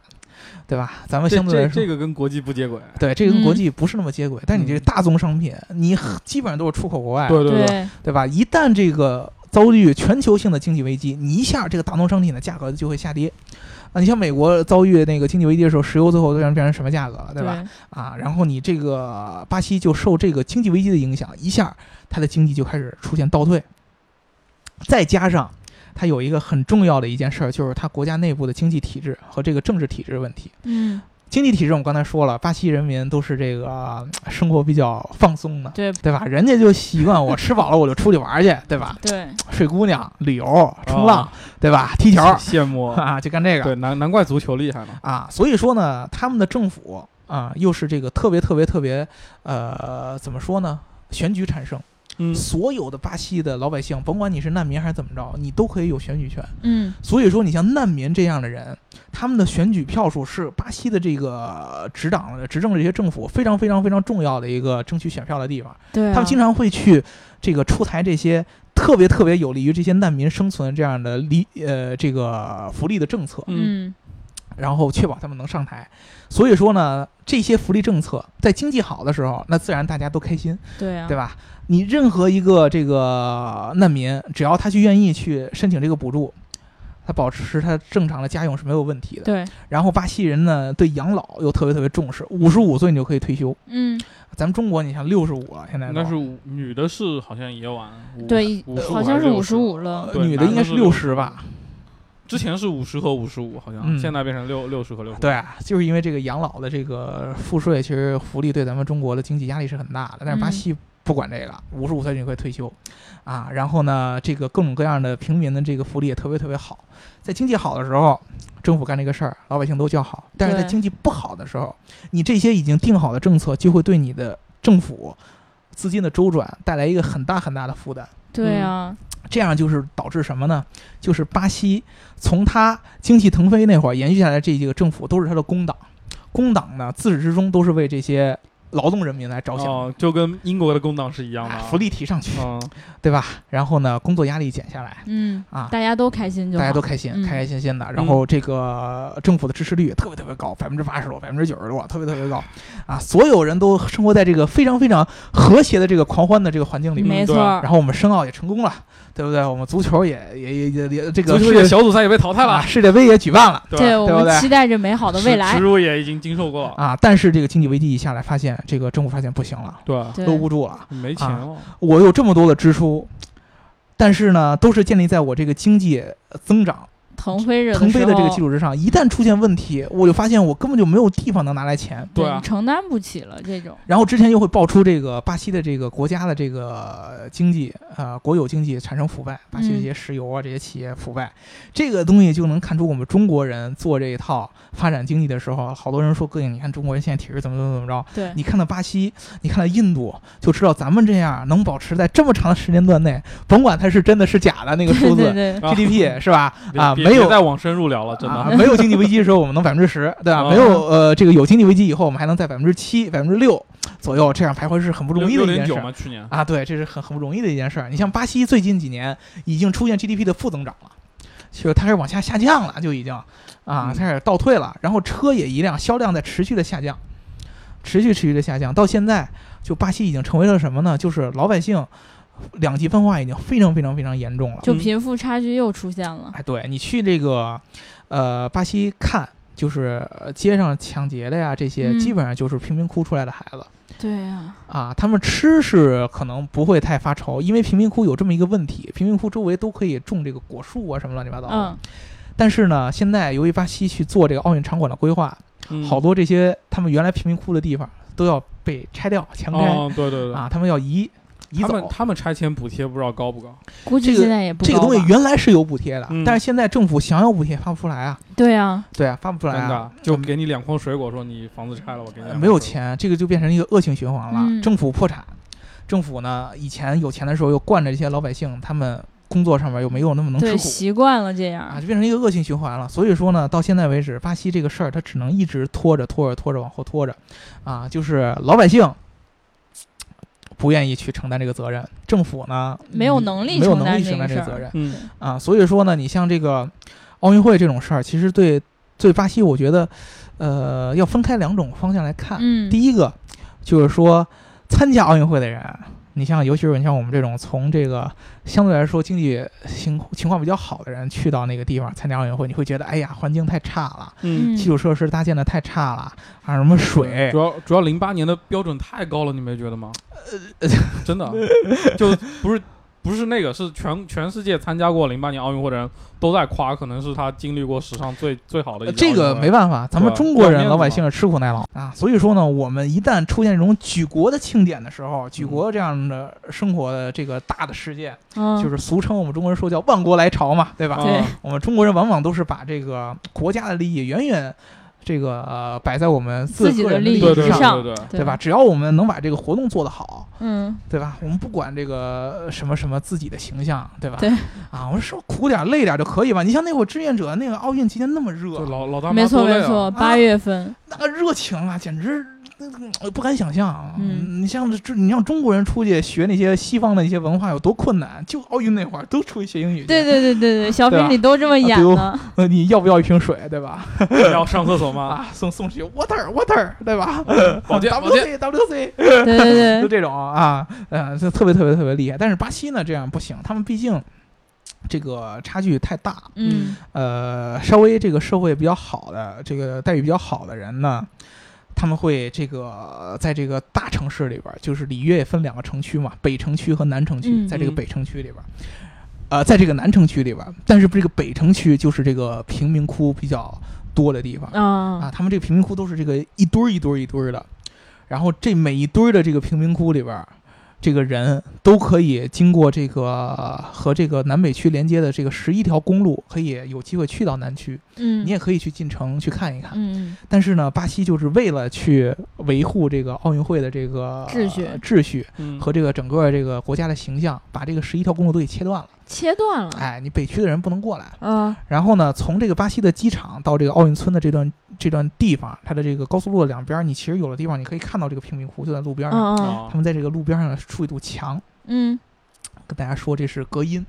对吧？咱们这相对来这说，这个跟国际不接轨，对这个跟嗯国际不是那么接轨。但你这个大宗商品，你很基本上都是出口国外，对对，对，啊对吧？一旦这个遭遇全球性的经济危机，你一下这个大宗商品的价格就会下跌。那你像美国遭遇那个经济危机的时候，石油最后都变成什么价格了，对吧？？啊，然后你这个巴西就受这个经济危机的影响，一下它的经济就开始出现倒退。再加上它有一个很重要的一件事儿，就是它国家内部的经济体制和这个政治体制问题。嗯，经济体制我刚才说了，巴西人民都是这个呃生活比较放松的，对对吧？人家就习惯我吃饱了我就出去玩去，对吧？对，睡姑娘、旅游、冲浪，对吧？踢球羡慕 啊，啊，就干这个。对，难难怪足球厉害呢。啊，所以说呢，他们的政府啊，又是这个特别特别特别，呃，怎么说呢？选举产生，嗯所有的巴西的老百姓，甭管你是难民还是怎么着，你都可以有选举权。嗯所以说，你像难民这样的人，他们的选举票数是巴西的这个执党的执政的这些政府非常非常非常重要的一个争取选票的地方。对啊，他们经常会去这个出台这些特别特别有利于这些难民生存这样的利呃这个福利的政策。嗯然后确保他们能上台。所以说呢，这些福利政策在经济好的时候，那自然大家都开心，对啊对吧？你任何一个这个难民，只要他去愿意去申请这个补助。他保持他正常的家用是没有问题的。对然后巴西人呢，对养老又特别特别重视，五十五岁你就可以退休。嗯咱们中国，你像六十五了，现在都那是五女的是好像也晚，五对五，十五好还像是是五十60。五了。呃对女的应该是男的都六是十吧？之前是五十和五十五，好像嗯现在变成六六十和六十。对，啊就是因为这个养老的这个赋税，其实福利对咱们中国的经济压力是很大的。但是巴嗯西不管这个，五十五岁就可以退休，啊，然后呢，这个各种各样的平民的这个福利也特别特别好。在经济好的时候，政府干这个事儿，老百姓都叫好；但是在对经济不好的时候，你这些已经定好的政策就会对你的政府资金的周转带来一个很大很大的负担。对啊，这样就是导致什么呢？就是巴西从它经济腾飞那会儿延续下来，这几个政府都是它的工党，工党呢自始至终都是为这些劳动人民来着想的。哦，就跟英国的工党是一样的啊啊，福利提上去，嗯，对吧？然后呢，工作压力减下来嗯，啊，大家都开心就大家好都开心，嗯开开心心的。然后这个政府的支持率也特别特别高，百分之八十多，百分之九十多，特别特别高啊！所有人都生活在这个非常非常和谐的这个狂欢的这个环境里面。没错对儿啊然。后我们申奥也成功了，对不对？我们足球也也也也也这个足球世界也小组赛也被淘汰啊了，世界杯也举办了对，我对啊不对们期待着美好的未来植。入也已经经受过了，啊，但是这个经济危机一下来，发现这个政府发现不行了，对，对搂不住了，没钱了，我有这么多的支出，但是呢，都是建立在我这个经济增长腾飞着腾飞的这个基础，础之上，一旦出现问题，我就发现我根本就没有地方能拿来钱。对对啊你承担不起了这种。然后之前又会爆出这个巴西的这个国家的这个经济，呃，国有经济产生腐败，巴西这些石油啊这些企业腐败，这个东西就能看出我们中国人做这一套发展经济的时候，好多人说，哥你看中国人现在体制怎么怎么怎么着，对，你看到巴西，你看到印度，就知道咱们这样能保持在这么长的时间段内，甭管它是真的是假的那个数对字对对， GDP 是吧？别啊，别没有别再往深入 聊了，真啊的，没有经济危机的时候，我们能百分之十，对吧？啊没有呃，这个有经济危机以后，我们还能在百分之七、百分之六左右这样徘徊，是很不容易六的一件点事九儿嘛，去年啊。对，这是很很不容易的一件事儿。你像巴西最近几年已经出现 GDP 的负增长了，就它是往下下降了，就已经啊嗯开始倒退了。然后车也一辆销量在持续的下降，持续持续的下降，到现在就巴西已经成为了什么呢？就是老百姓两极分化已经非常非常非常严重了。就贫富差距又出现了。嗯哎，对你去这个，呃，巴西看，就是呃街上抢劫的呀，这些、嗯基本上就是贫民窟出来的孩子对啊，啊。他们吃是可能不会太发愁，因为贫民窟有这么一个问题，贫民窟周围都可以种这个果树啊，什么乱七八糟的。嗯，但是呢，现在由于巴西去做这个奥运场馆的规划，嗯好多这些他们原来贫民窟的地方都要被拆掉、强拆、哦，对对对，啊，他们要移移他走们。他们拆迁补贴不知道高不高，估计这个现在也不这个高东西吧原来是有补贴的，嗯但是现在政府想要补贴发不出来啊，对啊，对啊，发不出真来啊的，就给你两筐水果，说你房子拆了，我给你两筐呃没有水钱，这个就变成一个恶性循环了。嗯政府破产，政府呢以前有钱的时候又惯着这些老百姓，他们工作上面又没有那么能吃对，苦习惯了这啊，样。就变成一个恶性循环了。所以说呢，到现在为止，巴西这个事儿它只能一直拖着拖着拖着往后拖着，啊，就是老百姓。不愿意去承担这个责任，政府呢嗯没有能力没有承能担力这承担个这个事儿责任果，嗯，啊，所以说呢，你像这个奥运会这种事儿，其实对对巴西，我觉得呃要分开两种方向来看。嗯，第一个就是说，参加奥运会的人你像，尤其是你像我们这种从这个相对来说经济情情况比较好的人，去到那个地方参加奥运会，你会觉得，哎呀，环境太差了，嗯基础设施搭建的太差了，啊，什么水主，要主要零八年的标准太高了，你没觉得吗？呃 真的，啊就不是不是那个，是全全世界参加过零八年奥运会的人都在夸，可能是他经历过史上最最好的一呃这届奥个运会没办法，咱们对中国要面人子老百嘛姓是吃苦耐劳啊。所以说呢，我们一旦出现这种举国的庆典的时候，举国这样的生活的这个大的事件，嗯，就是俗称我们中国人说叫万国来朝嘛，对吧？啊对我们中国人往往都是把这个国家的利益远远这个、呃、摆在我们自自己个的人利益益对之对上，上对对对，对吧？？只要我们能把这个活动做得好，嗯，对吧？我们不管这个什么什么自己的形象，对吧？对啊，我说苦点儿累点儿就可以吧。你像那会儿志愿者那个奥运期间那么就热，老老大妈没错多累没啊错，啊八月份，那个热情啊，简直。那个呃不敢想象啊，嗯你像这，你像中国人出去学那些西方的一些文化有多困难？就奥运那会儿都出去学英语去，对对对对对，小啊对吧品里都这么演呢。呃，你要不要一瓶水，对吧？ 要上厕所吗？ 啊，送送去 water water，对吧 保健保？WC 健，嗯 WC，对对 对，就这种啊，呃，就特别特别特别厉害。但是巴西呢，这样不行，他们毕竟这个差距太大，嗯呃，稍微这个社会比较好的，这个待遇比较好的人呢。他们会这个在这个大城市里边儿，就是里约也分两个城区嘛，北城区和南城区，嗯在这个嗯北城区里边儿，呃，在这个南城区里边儿，但是这个北城区就是这个贫民窟比较多的地方，啊，啊，他们这个贫民窟都是这个一堆儿一堆儿一堆儿的，然后这每一堆儿的这个贫民窟里边儿，这个人都可以经过这个和这个南北区连接的这个十一条公路，可以有机会去到南区，嗯，你也可啊以去进城去看一看。嗯但是呢，巴西就是为了去维护这个奥运会的这个秩序秩序嗯，和这个整个这个国家的形象，把这个十一条公路都给切断了。嗯切断了，哎，你北区的人不能过来。啊，然后呢，从这个巴西的机场到这个奥运村的这段这段地方，它的这个高速路的两边儿，你其实有的地方你可以看到这个贫民窟就在路边嗯儿上。嗯啊他们在这个路边儿上竖一堵墙，嗯跟大家说这是隔音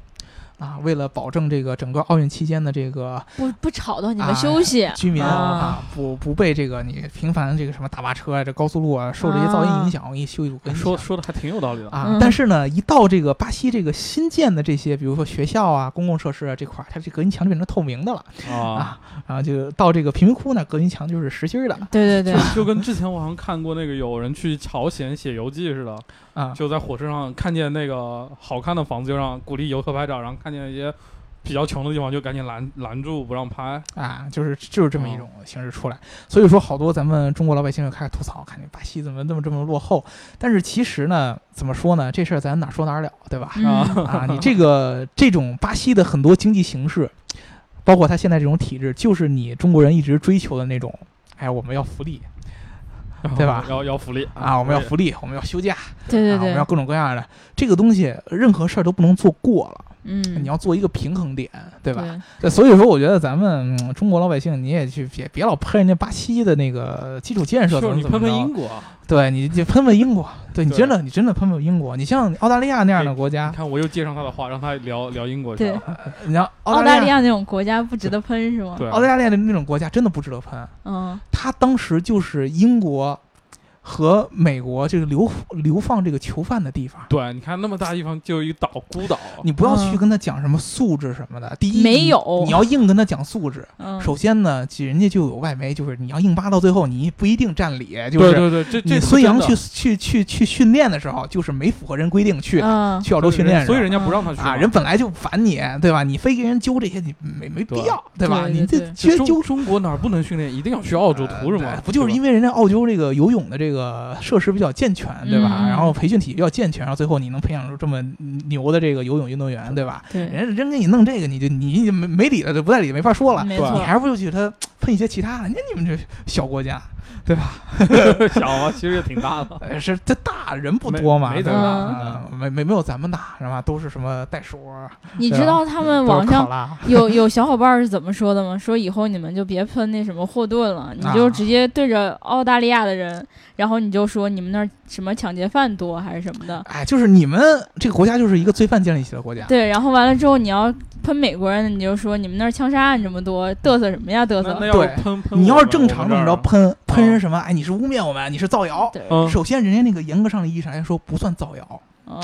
啊，为了保证这个整个奥运期间的这个不不吵到你啊们休息，居民啊啊不不被这个你频繁这个什么大巴车啊、这高速路啊受这些噪音影响，我给你修一堵隔音哎说墙说的还挺有道理的，啊嗯。但是呢，一到这个巴西这个新建的这些，比如说学校啊、公共设施啊这块儿，它这隔音墙就变成透明的了。啊，啊，然后就到这个贫民窟那儿隔音墙就是实心儿的对对对，啊就跟之前我好像看过那个有人去朝鲜写游记似的，啊，就在火车上看见那个好看的房子，就让鼓励游客拍照，然后看见一些比较穷的地方就赶紧拦拦住不让拍。啊，就是哦就是这么一种形式出来。所以说，好多咱们中国老百姓就开始吐槽，看见巴西怎么这么这么落后。但是其实呢，怎么说呢，这事儿咱哪说哪儿了，对吧？嗯啊，你这个这种巴西的很多经济形式，包括他现在这种体制，就是你中国人一直追求的那种，哎，我们要福利对吧要要福利啊，我们要福利，我们要休假，对对啊，我们要对，各种各样的这个东西，任何事儿都不能做过了，嗯，你要做一个平衡点，对对吧？？对，所以说我觉得咱们、嗯中国老百姓，你也去别别老喷人家巴西的那个基础建设怎就是么你怎么喷着喷英国啊，对你就喷喷英国，对你对真的你真的喷喷英国，你像澳大利亚那样的国你家，看我又接上他的话，让他聊聊英国去了。你像澳大大利利亚亚那种国家不值得喷是吗？对啊澳，大利亚的那种国家真的不值得喷，嗯他当时就是英国和美国这个流流放这个囚犯的地方。对，啊你看那么大地方就有一个岛孤岛，你不要去嗯跟他讲什么素质什么的，第一没你有你要硬跟他讲素质，嗯，首先呢，其实人家就有外媒，就是你要硬扒到最后，你不一定占理，就对是对对， 这你这孙杨真的去去去去训练的时候，就是没符合人规定去嗯去澳洲训练的时候，所以人家不让他去啊，嘛人本来就烦你，对吧？你非给人揪这些，你没没必要，对吧？对对你这对缺中揪中国哪儿不能训练，一定要去澳洲，图什么呃？不就是因为人家澳洲这个游泳的这个设施比较健全，对吧？嗯然后培训体系比较健全，然后最后你能培养出这么牛的这个游泳运动员，对吧？对，人家真给你弄这个，你就你你没没理了，就不再理，没法说了。没对错你，还不如去他喷一些其他的，那你们这小国家，为 小啊，其实也挺大 的。呃，是这大人不多嘛，没没对咱吧？们大嗯啊没没没有咱们大，是吧？都是什么袋鼠啊，你对知啊道他们都是网考上拉，有有小伙伴儿是怎么说的吗？说以后你们就别喷那什么霍顿了，你就啊直接对着澳大利亚的人，然后你就说你们那儿什么抢劫犯多还是什么的，哎，就是你们这个国家就是一个罪犯建立起来的国家，对，然后完了之后你要喷美国人，你就说你们那儿枪杀案这么多，嘚瑟什么呀嘚那那瑟，要是对喷喷我们，你要是正常我这么们着这喷喷啊人什么，哎，你是污蔑我们，你是造谣。对，儿，嗯，首先，人家那个严格上的意义上来说不算造谣，嗯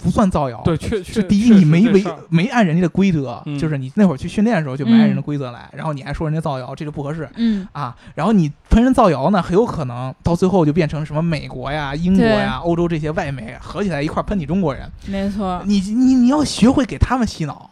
不算造谣。对，确确就第一，确实你没这违事儿没按人家的规则，嗯就是你那会儿去训练的时候就没按人家规则来，然后你还说人家造谣，这就不合适嗯，啊。然后你喷人造谣呢，很有可能到最后就变成什么美国呀、英国呀、欧洲这些外媒合起来一块儿喷你中国人。没错，你你你要学会给他们洗脑。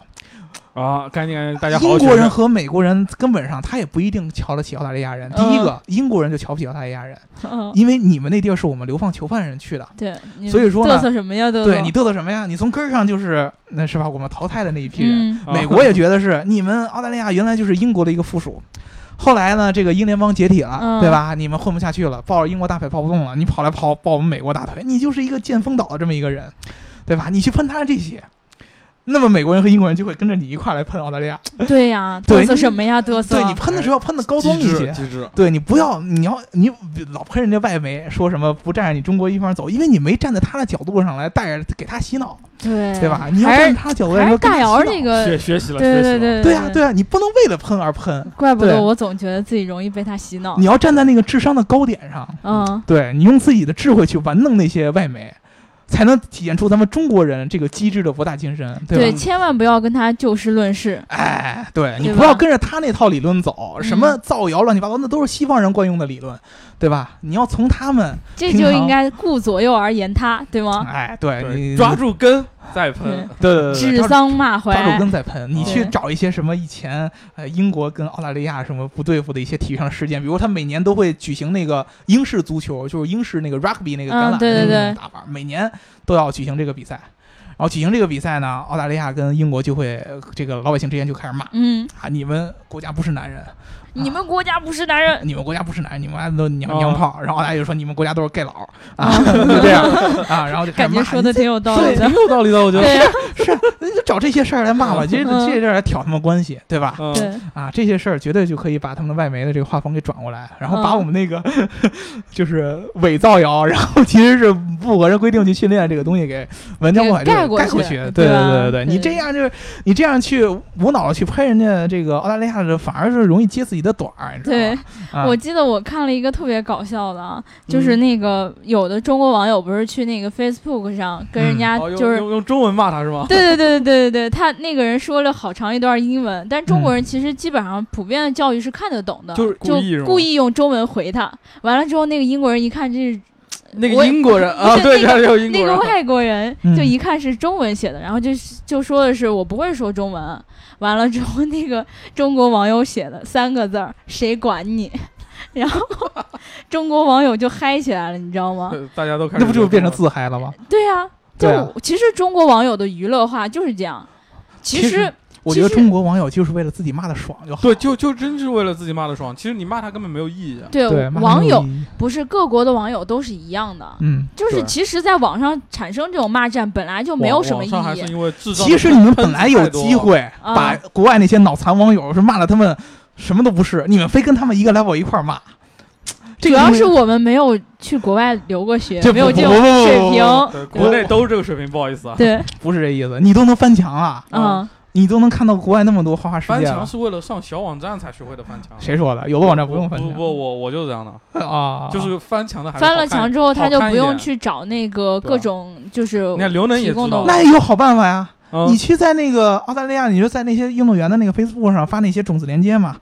啊，赶紧赶紧，大家好啊英好国学人学和美国人根本上他也不一定瞧得起澳大利亚人。第一个，英国人就瞧不起澳大利亚人，嗯，因为你们那地儿是我们流放囚犯人去的。对，你所以说呢嘚瑟什么呀？嘚瑟，对你嘚瑟什么呀？你从根儿上就是那是吧？我们淘汰的那一批人。嗯，啊美国也觉得是你们澳大利亚原来就是英国的一个附属，后来呢，这个英联邦解体了，嗯对吧？你们混不下去了，抱着英国大腿抱不动了，你跑来跑抱我们美国大腿，你就是一个见风倒的这么一个人，对吧？你去喷他这些，那么美国人和英国人就会跟着你一块儿来喷澳大利亚。嗯对呀， 对嘚瑟你什么呀？嘚瑟，对你喷的时候要喷的高端机 一智些。机智，对你不要，你要你老喷人家外媒说什么不站在你中国一方走，因为你没站在他的角度上来带着给他洗脑，对对吧？你要还是站在他的角度来还说是跟他大洗姚脑那个，学学习了，对学习对了对对呀、啊对呀、你不能为了喷而喷，怪不对得我总觉得自己容易被他洗脑你。要站在那个智商的高点上，嗯，对你用自己的智慧去玩弄那些外媒，才能体现出咱们中国人这个机智的博大精深，对，吧？千万不要跟他就事论事。哎，对你对不要吧嗯跟着他那套理论走，什么造谣乱七八糟，那都是西方人惯用的理论，对吧？你要从他们，这平就常应该顾左右而言他，对吗？哎，对对，你抓，住根再喷对， 对对对对，指抓住桑骂抓住槐，根再喷，你去找一些什么以前呃英国跟澳大利亚什么不对付的一些体育上的事件，比如他每年都会举行那个英式足球，就是英式那个 rugby 那个橄榄嗯对对那种对打法，每年都要举行这个比赛。然后举行这个比赛呢，澳大利亚跟英国就会呃这个老百姓之间就开始骂嗯，啊，你们国家不是男人，你们国家不是男人，你们国家不是男人，你们家都娘哦娘炮。然后澳大利亚就说你们国家都是 gay 佬啊， 就 这样啊，然后就开始感骂觉说的你这挺有道对理的挺。有道理的，我觉对得。呀是，那就找这些事儿来嗯骂吧，这这些事儿来挑他们关系，对吧？嗯，对，啊，这些事儿绝对就可以把他们的外媒的这个画风给转过来，然后把嗯我们那个、就是伪造谣，然后其实是不合着规定去训练这个东西给文章给不改这盖个过盖去过去。对对吧对对，你对这样就是你这样去无脑的去拍人家这个澳大利亚的，反而是容易揭自己的短儿，你知道对吗？啊、我记得我看了一个特别搞笑的啊，就是那个有的中国网友不是去那个 Facebook 上跟人家哦用就是用用中文骂他是吗？ 对对对对对对，他那个人说了好长一段英文，但中国人其实基本上普遍的教育是看得懂的，就是故就意是吗故意用中文回他。完了之后，那个英国人一看这是那我个也英 国人啊，不是对，那这个有英那国个人，外国人嗯，就一看是中文写的，然后就就说的是我不会说中文。完了之后，那个中国网友写的三个字儿“谁管你”， 然后中国网友就嗨起来了，你知道吗？对 大家都开始那不就变成自自嗨了吗？对呀、就对啊其实中国网友的娱乐化就是这样。其其实实我其觉得实中国网友就是为了自己骂的爽就好。对，就就真是为了自己骂的爽。其实你骂他根本没有意义啊。对对，骂网没有友意义不是各国的网友都是一样的，嗯，就是对其实在网上产生这种骂战本来就 没有网什么网意上还是义。因为智障的其实你们喷本子来太有多机了，会啊把国外那些脑残网友是骂了他们什么都不是，你们非跟他们一个 level 一块儿骂。这主个要东西是我们没有去国外留过学这，没有不这种不不不水不平。对，国内都是这个水平，不好意思啊。对，不是这意思，你都能翻墙啊，嗯，你都能看到国外那么多花花世翻界墙了。是为了上小网站才学会的翻墙。啊谁说的？有的网站不用翻不墙不，我我就是这样的，啊，就是翻墙的还是翻了好看墙之后，他就好看一不用点去找那个对啊各种就是你看刘能也提供知道的哦那也有好办法呀。嗯你去在那个澳大利亚，你就在那些运动员的那个 Facebook 上发那些种子链接嘛，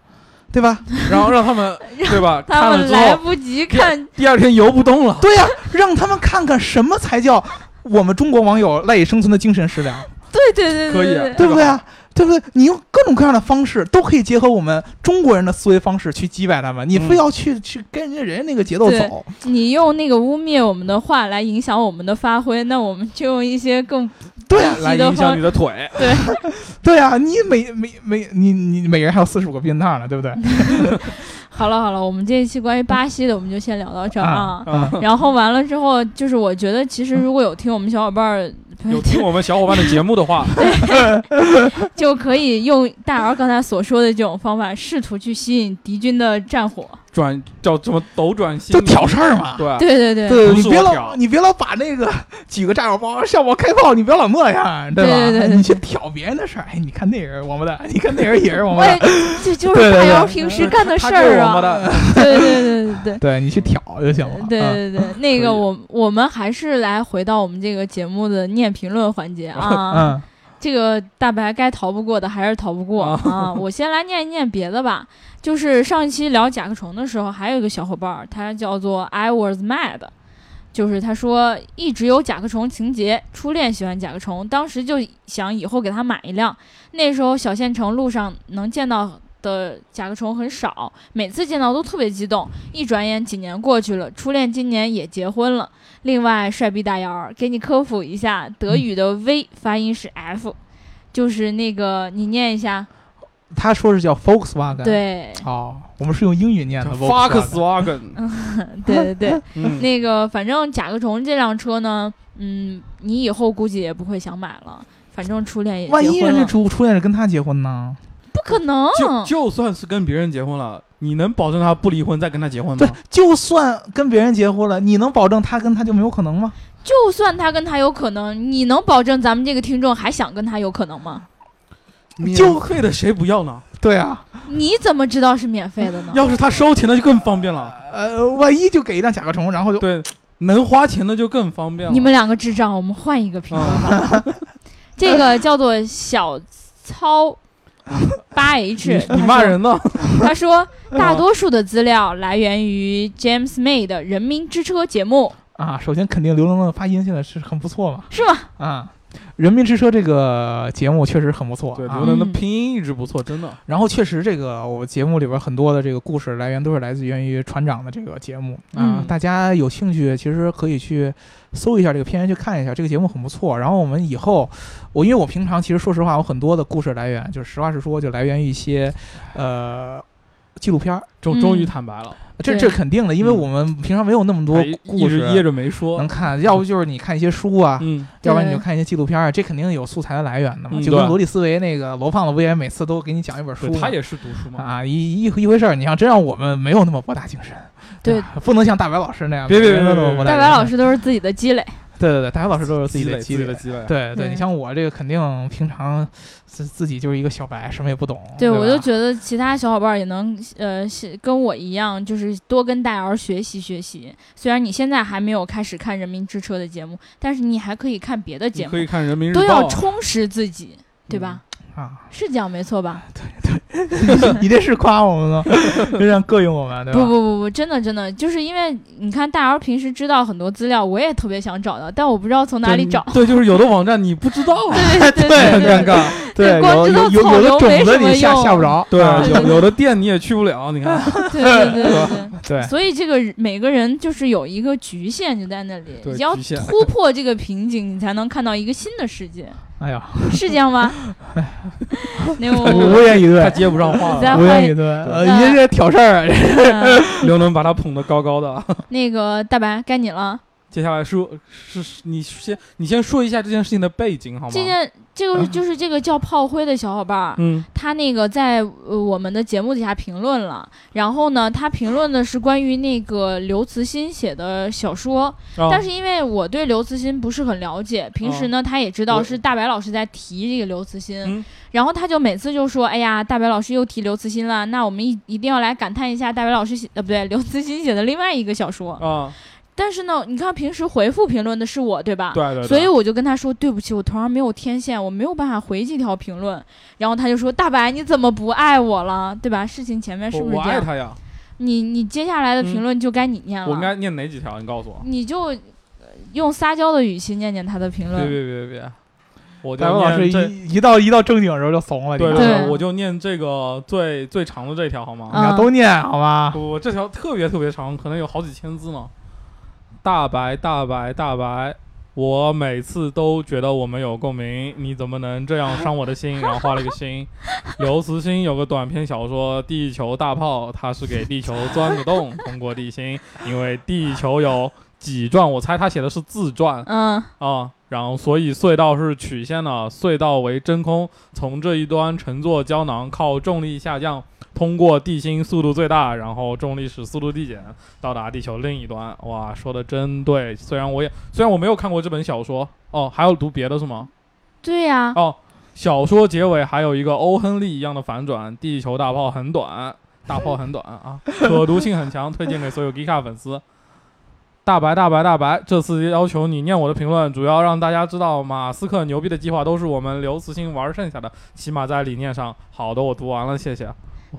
对吧？然后让他们对吧？他看了们之来后，不及看，第二天游不动了。对呀、让他们看看什么才叫我们中国网友赖以生存的精神食粮。对对对可以啊对对，对不对啊？对不对？你用各种各样的方式都可以结合我们中国人的思维方式去击败他们，你嗯非要去、去跟人家人家那个节奏对走，你用那个污蔑我们的话来影响我们的发挥，那我们就用一些更对啊，来影响你的腿，对啊，你每每每你你每人还有四十五个避孕套呢，对不对？好了好了，我们这一期关于巴西的我们就先聊到这儿啊。 啊，然后完了之后，就是我觉得其实如果有听我们小伙伴儿，有听我们小伙伴的节目的话，就可以用大姚刚才所说的这种方法，试图去吸引敌军的战火。转叫什么斗转星就移，挑事儿嘛。对对对对对，不你是别我老挑你别老把那个举个炸药包向我开炮，你不要老那样，吧？哎对对对对你去挑别人的事儿，哎，你看那人王八蛋，你看那人也是王八 我也蛋，这就对是对大对姚平时干的事他就是儿王八啊，蛋， 对对对对对。对你去挑就行了。对嗯对对，那可个以我我们还是来回到我们这个节目的念评论环节 啊。嗯，这个大白该逃不过的还是逃不过啊啊。我先来念一念别的吧。就是上一期聊甲壳虫的时候，还有一个小伙伴儿，他叫做 I was mad，就是他说一直有甲壳虫情节，初恋喜欢甲壳虫，当时就想以后给他买一辆。那时候小县城路上能见到的甲壳虫很少，每次见到都特别激动。一转眼几年过去了，初恋今年也结婚了。另外，帅逼大姚儿给你科普一下，德语的 V 发音是 F，就是那个你念一下，他说是叫 Volkswagen，，对哦，我们是用英语念 的 Volkswagen， Volkswagen，对对对。嗯那个，反正甲壳虫这辆车呢，嗯，你以后估计也不会想买了。反正初恋也万结一婚人家了，初初恋是跟他结婚呢？不可能。就就算是跟别人结婚了，你能保证他不离婚再跟他结婚对吗？，就算跟别人结婚了，你能保证他跟他就没有可能吗？就算他跟他有可能，你能保证咱们这个听众还想跟他有可能吗？就费的谁不要呢？对啊，你怎么知道是免费的呢？要是他收钱的就更方便了，呃，万一就给一辆甲壳虫，然后就对，能花钱的就更方便了。嗯你们两个智障，我们换一个评论吧。这个叫做小糙八 H，你他骂说人嗯呢？他说，大多数的资料来源于 James May 的《人民之车》节目，啊，首先肯定刘能的发音现在是很不错嘛，是吗？啊，《人民之车》这个节目确实很不错，对，啊刘能的拼音一直不错，真的。然后确实，这个我节目里边很多的这个故事来源都是来自源于船长的这个节目啊、嗯大家有兴趣其实可以去搜一下这个片源去看一下，这个节目很不错。然后我们以后，我因为我平常其实说实话，我很多的故事来源就是实话实说，就来源于一些呃纪录片儿，终嗯终于坦白了，这对这肯定的，因为我们平常没有那么多还一故直掖事啊着没能说。看，要不就是你看一些书啊，嗯，要不然你就对看一些纪录片儿，这肯定有素材的来源的嘛。嗯就跟对罗辑思维那个罗胖子不也每次都给你讲一本书对吗，他也是读书 嘛。啊，一一一回事儿。你要真让我们没有那么博大精深，对吧不能像大白老师那样，别别每个人别都别那么博大大白精老深，师都是自己的积累，对对对，大白老师都是自己的累，自积己累啊的。积累。对对对，你像我这个肯定平常自自己就是一个小白，什么也不懂。对对吧，我就觉得其他小伙伴儿也能呃是跟我一样，就是多跟大姚学习学习。虽然你现在还没有开始看《人民之车》的节目，但是你还可以看别的你节目可，以看《人民日报啊都》，要充实自己，对吧？啊， 是这样没错吧？你这是夸我们吗？就这样膈应我们，对不吧？不不不，真的真的，就是因为你看大姚平时知道很多资料，我也特别想找到，但我不知道从哪里对 找。对，就是有的网站你不知道啊。对对 很对尴尬。 对，光有知道有有草有的油没种子什么你下用下不着，对啊， 对有有的店你也去不了，你看。对对对对对。对，所以这个人每个人就是有一个局限，就在那里，对你要局限突破这个瓶颈，你才能看到一个新的世界，哎呀，是这样吗？那我无我言以他对，接不上话咱了，无言以对。呃，那您这挑事儿，嗯刘能把他捧得高高的。 那个大白该你了。接下来说，是是你先你先说一下这件事情的背景好吗？这件这 个就是这个叫炮灰的小伙伴儿，嗯，他那个在呃我们的节目底下评论了，然后呢，他评论的是关于那个刘慈欣写的小说，啊但是因为我对刘慈欣不是很了解，平时呢他也知道我是大白老师在提这个刘慈欣，嗯然后他就每次就说：“哎呀，大白老师又提刘慈欣了，那我们一一定要来感叹一下大白老师写呃不对刘慈欣写的另外一个小说。啊，但是呢，你看平时回复评论的是我，对吧？对对，对所以我就跟他说：“对不起，我头上没有天线，我没有办法回这条评论。”然后他就说：“大白，你怎么不爱我了？对吧？事情前面是我不是我这爱样？啊他呀，你你接下来的评论就该你念了，我应该念哪几条？你告诉我。你就呃用撒娇的语气念念他的评别论。别别别，我就大白老师念这。一一到一到正经时候就怂了，你对看对我就念这个最最长的这条好吗？啊你要都念好吗？我这条特别特别长，可能有好几千字呢。大白大白大白，我每次都觉得我们有共鸣，你怎么能这样伤我的心？然后画了一个心。刘慈欣有个短篇小说《地球大炮》，他是给地球钻个洞，通过地心，因为地球有几转，我猜他写的是自转嗯，啊。然后所以隧道是曲线的，隧道为真空，从这一端乘坐胶囊，靠重力下降通过地心，速度最大，然后重力使速度递减，到达地球另一端。哇，说的真对，虽然我也虽然我没有看过这本小说，哦，还有读别的是吗？对呀、哦，小说结尾还有一个欧亨利一样的反转，地球大炮很短，大炮很短啊， 可读性很强，推荐给所有 Gika 粉丝。大白大白大白，这次要求你念我的评论，主要让大家知道马斯克牛逼的计划都是我们刘慈欣玩剩下的，起码在理念上。好的，我读完了，谢谢。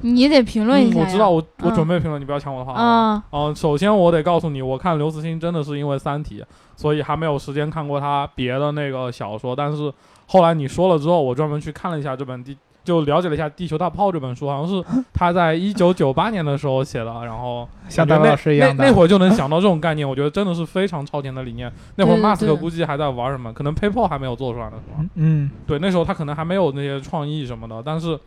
你得评论一嗯，下、呀我知道，我我嗯准备评论，你不要抢我的话。好吗啊、嗯，首先我得告诉你，我看刘慈欣真的是因为《三体》，所以还没有时间看过他别的那个小说。但是后来你说了之后，我专门去看了一下这本地，就了解了一下《地球大炮》这本书，好 像是他在一九九八年的时候写的。然后像感大白觉那老师一样的那，那会儿就能想到这种概念，我觉得真的是非常超前的理念。那会儿对对马斯克对估计还在玩什么，可能 PayPal 还没有做出来呢，是吧？嗯嗯，对，那时候他可能还没有那些创意什么的，但是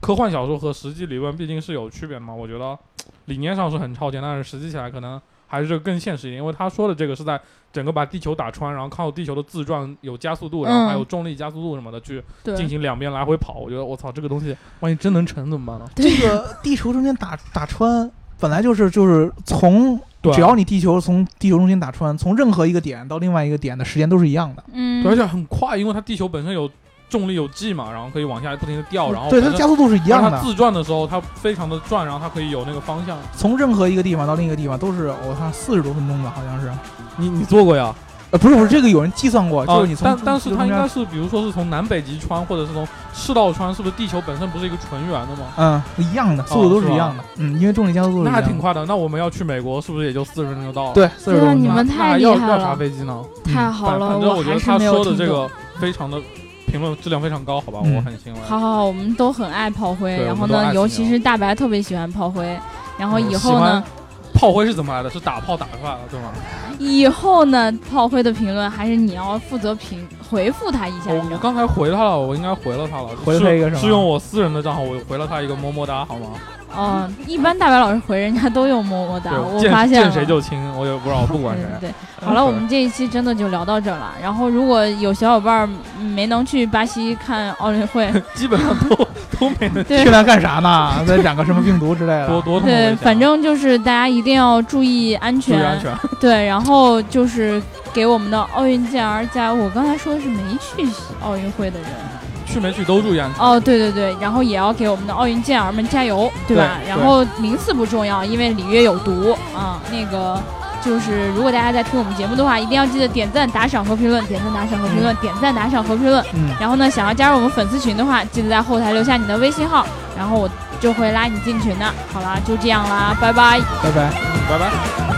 科幻小说和实际理论毕竟是有区别的嘛。我觉得理念上是很超前，但是实际起来可能还是更现实一点，因为他说的这个是在整个把地球打穿，然后靠地球的自转有加速度，然后还有嗯重力加速度什么的去对，进行两边来回跑。我觉得我操，这个东西万一真能成怎么办呢？这个地球中间打打穿，本来就是就是从对啊，只要你地球从地球中间打穿，从任何一个点到另外一个点的时间都是一样的。嗯对，而且很快，因为它地球本身有重力有 G 嘛，然后可以往下不停的掉，然嗯后对它反的加正速度是一样让它的，自转的时候，它非常的转，然后它可以有那个方向。从任何一个地方到另一个地方都是我看四十多分钟吧，好像是。你你做过呀？呃，不是不是，这个有人计算过，啊，就是你从但但是它应该中是，比如说是从南北极穿，或者是从赤道穿，是不是地球本身不是一个纯圆的吗？嗯一样的，速度都是一样的，嗯，因为重力加速度是那一还样的挺快的。那我们要去美国，是不是也就四十分钟就到了？，对，四对十多啊，分你钟。们那太还厉要害要啥了，飞机呢？太好嗯反了，反正我觉还得是他没有说的听这懂。个非常的评论质量非常高，好吧，嗯我很欣慰。好好好，我们都很爱炮灰，对然我后们都爱呢，死尤你其了是大白特别喜欢炮灰，然后我以喜后欢呢，炮灰是怎么来的？是打炮打出来的，对吗？以后呢，炮灰的评论还是你要负责评回复他一下，我你知我道吗刚才回他了，我应该回了他了。回了他一个什么是是用我私人的账号，我回了他一个么么哒，好吗？哦，一般大白老师回人家都用么么哒，对我见发现见了。嗯谁就亲，我也不知道，不管谁。对对 对，好了，我们这一期真的就聊到这儿了。然后，如果有小伙伴儿嗯没能去巴西看奥运 会，基本上都都没能对去那干啥呢？再染个什么病毒之类多的？多痛苦一下对，啊反正就是大家一定要注意安注全，意安全。嗯对，然后就是给我们的奥运健儿加油。我刚才说的是没去奥运会的人去没去都注意安全。哦，对对对，然后也要给我们的奥运健儿们加油，对吧？对然后名次不重要，因为里约有毒啊、那个就是如果大家在听我们节目的话，一定要记得点赞、打赏和评论，点赞、打赏和评论，点赞、打赏和评论。嗯，然后呢，想要加入我们粉丝群的话，记得在后台留下你的微信号，然后我就会拉你进群的。好啦，就这样啦，拜拜。拜拜。拜拜。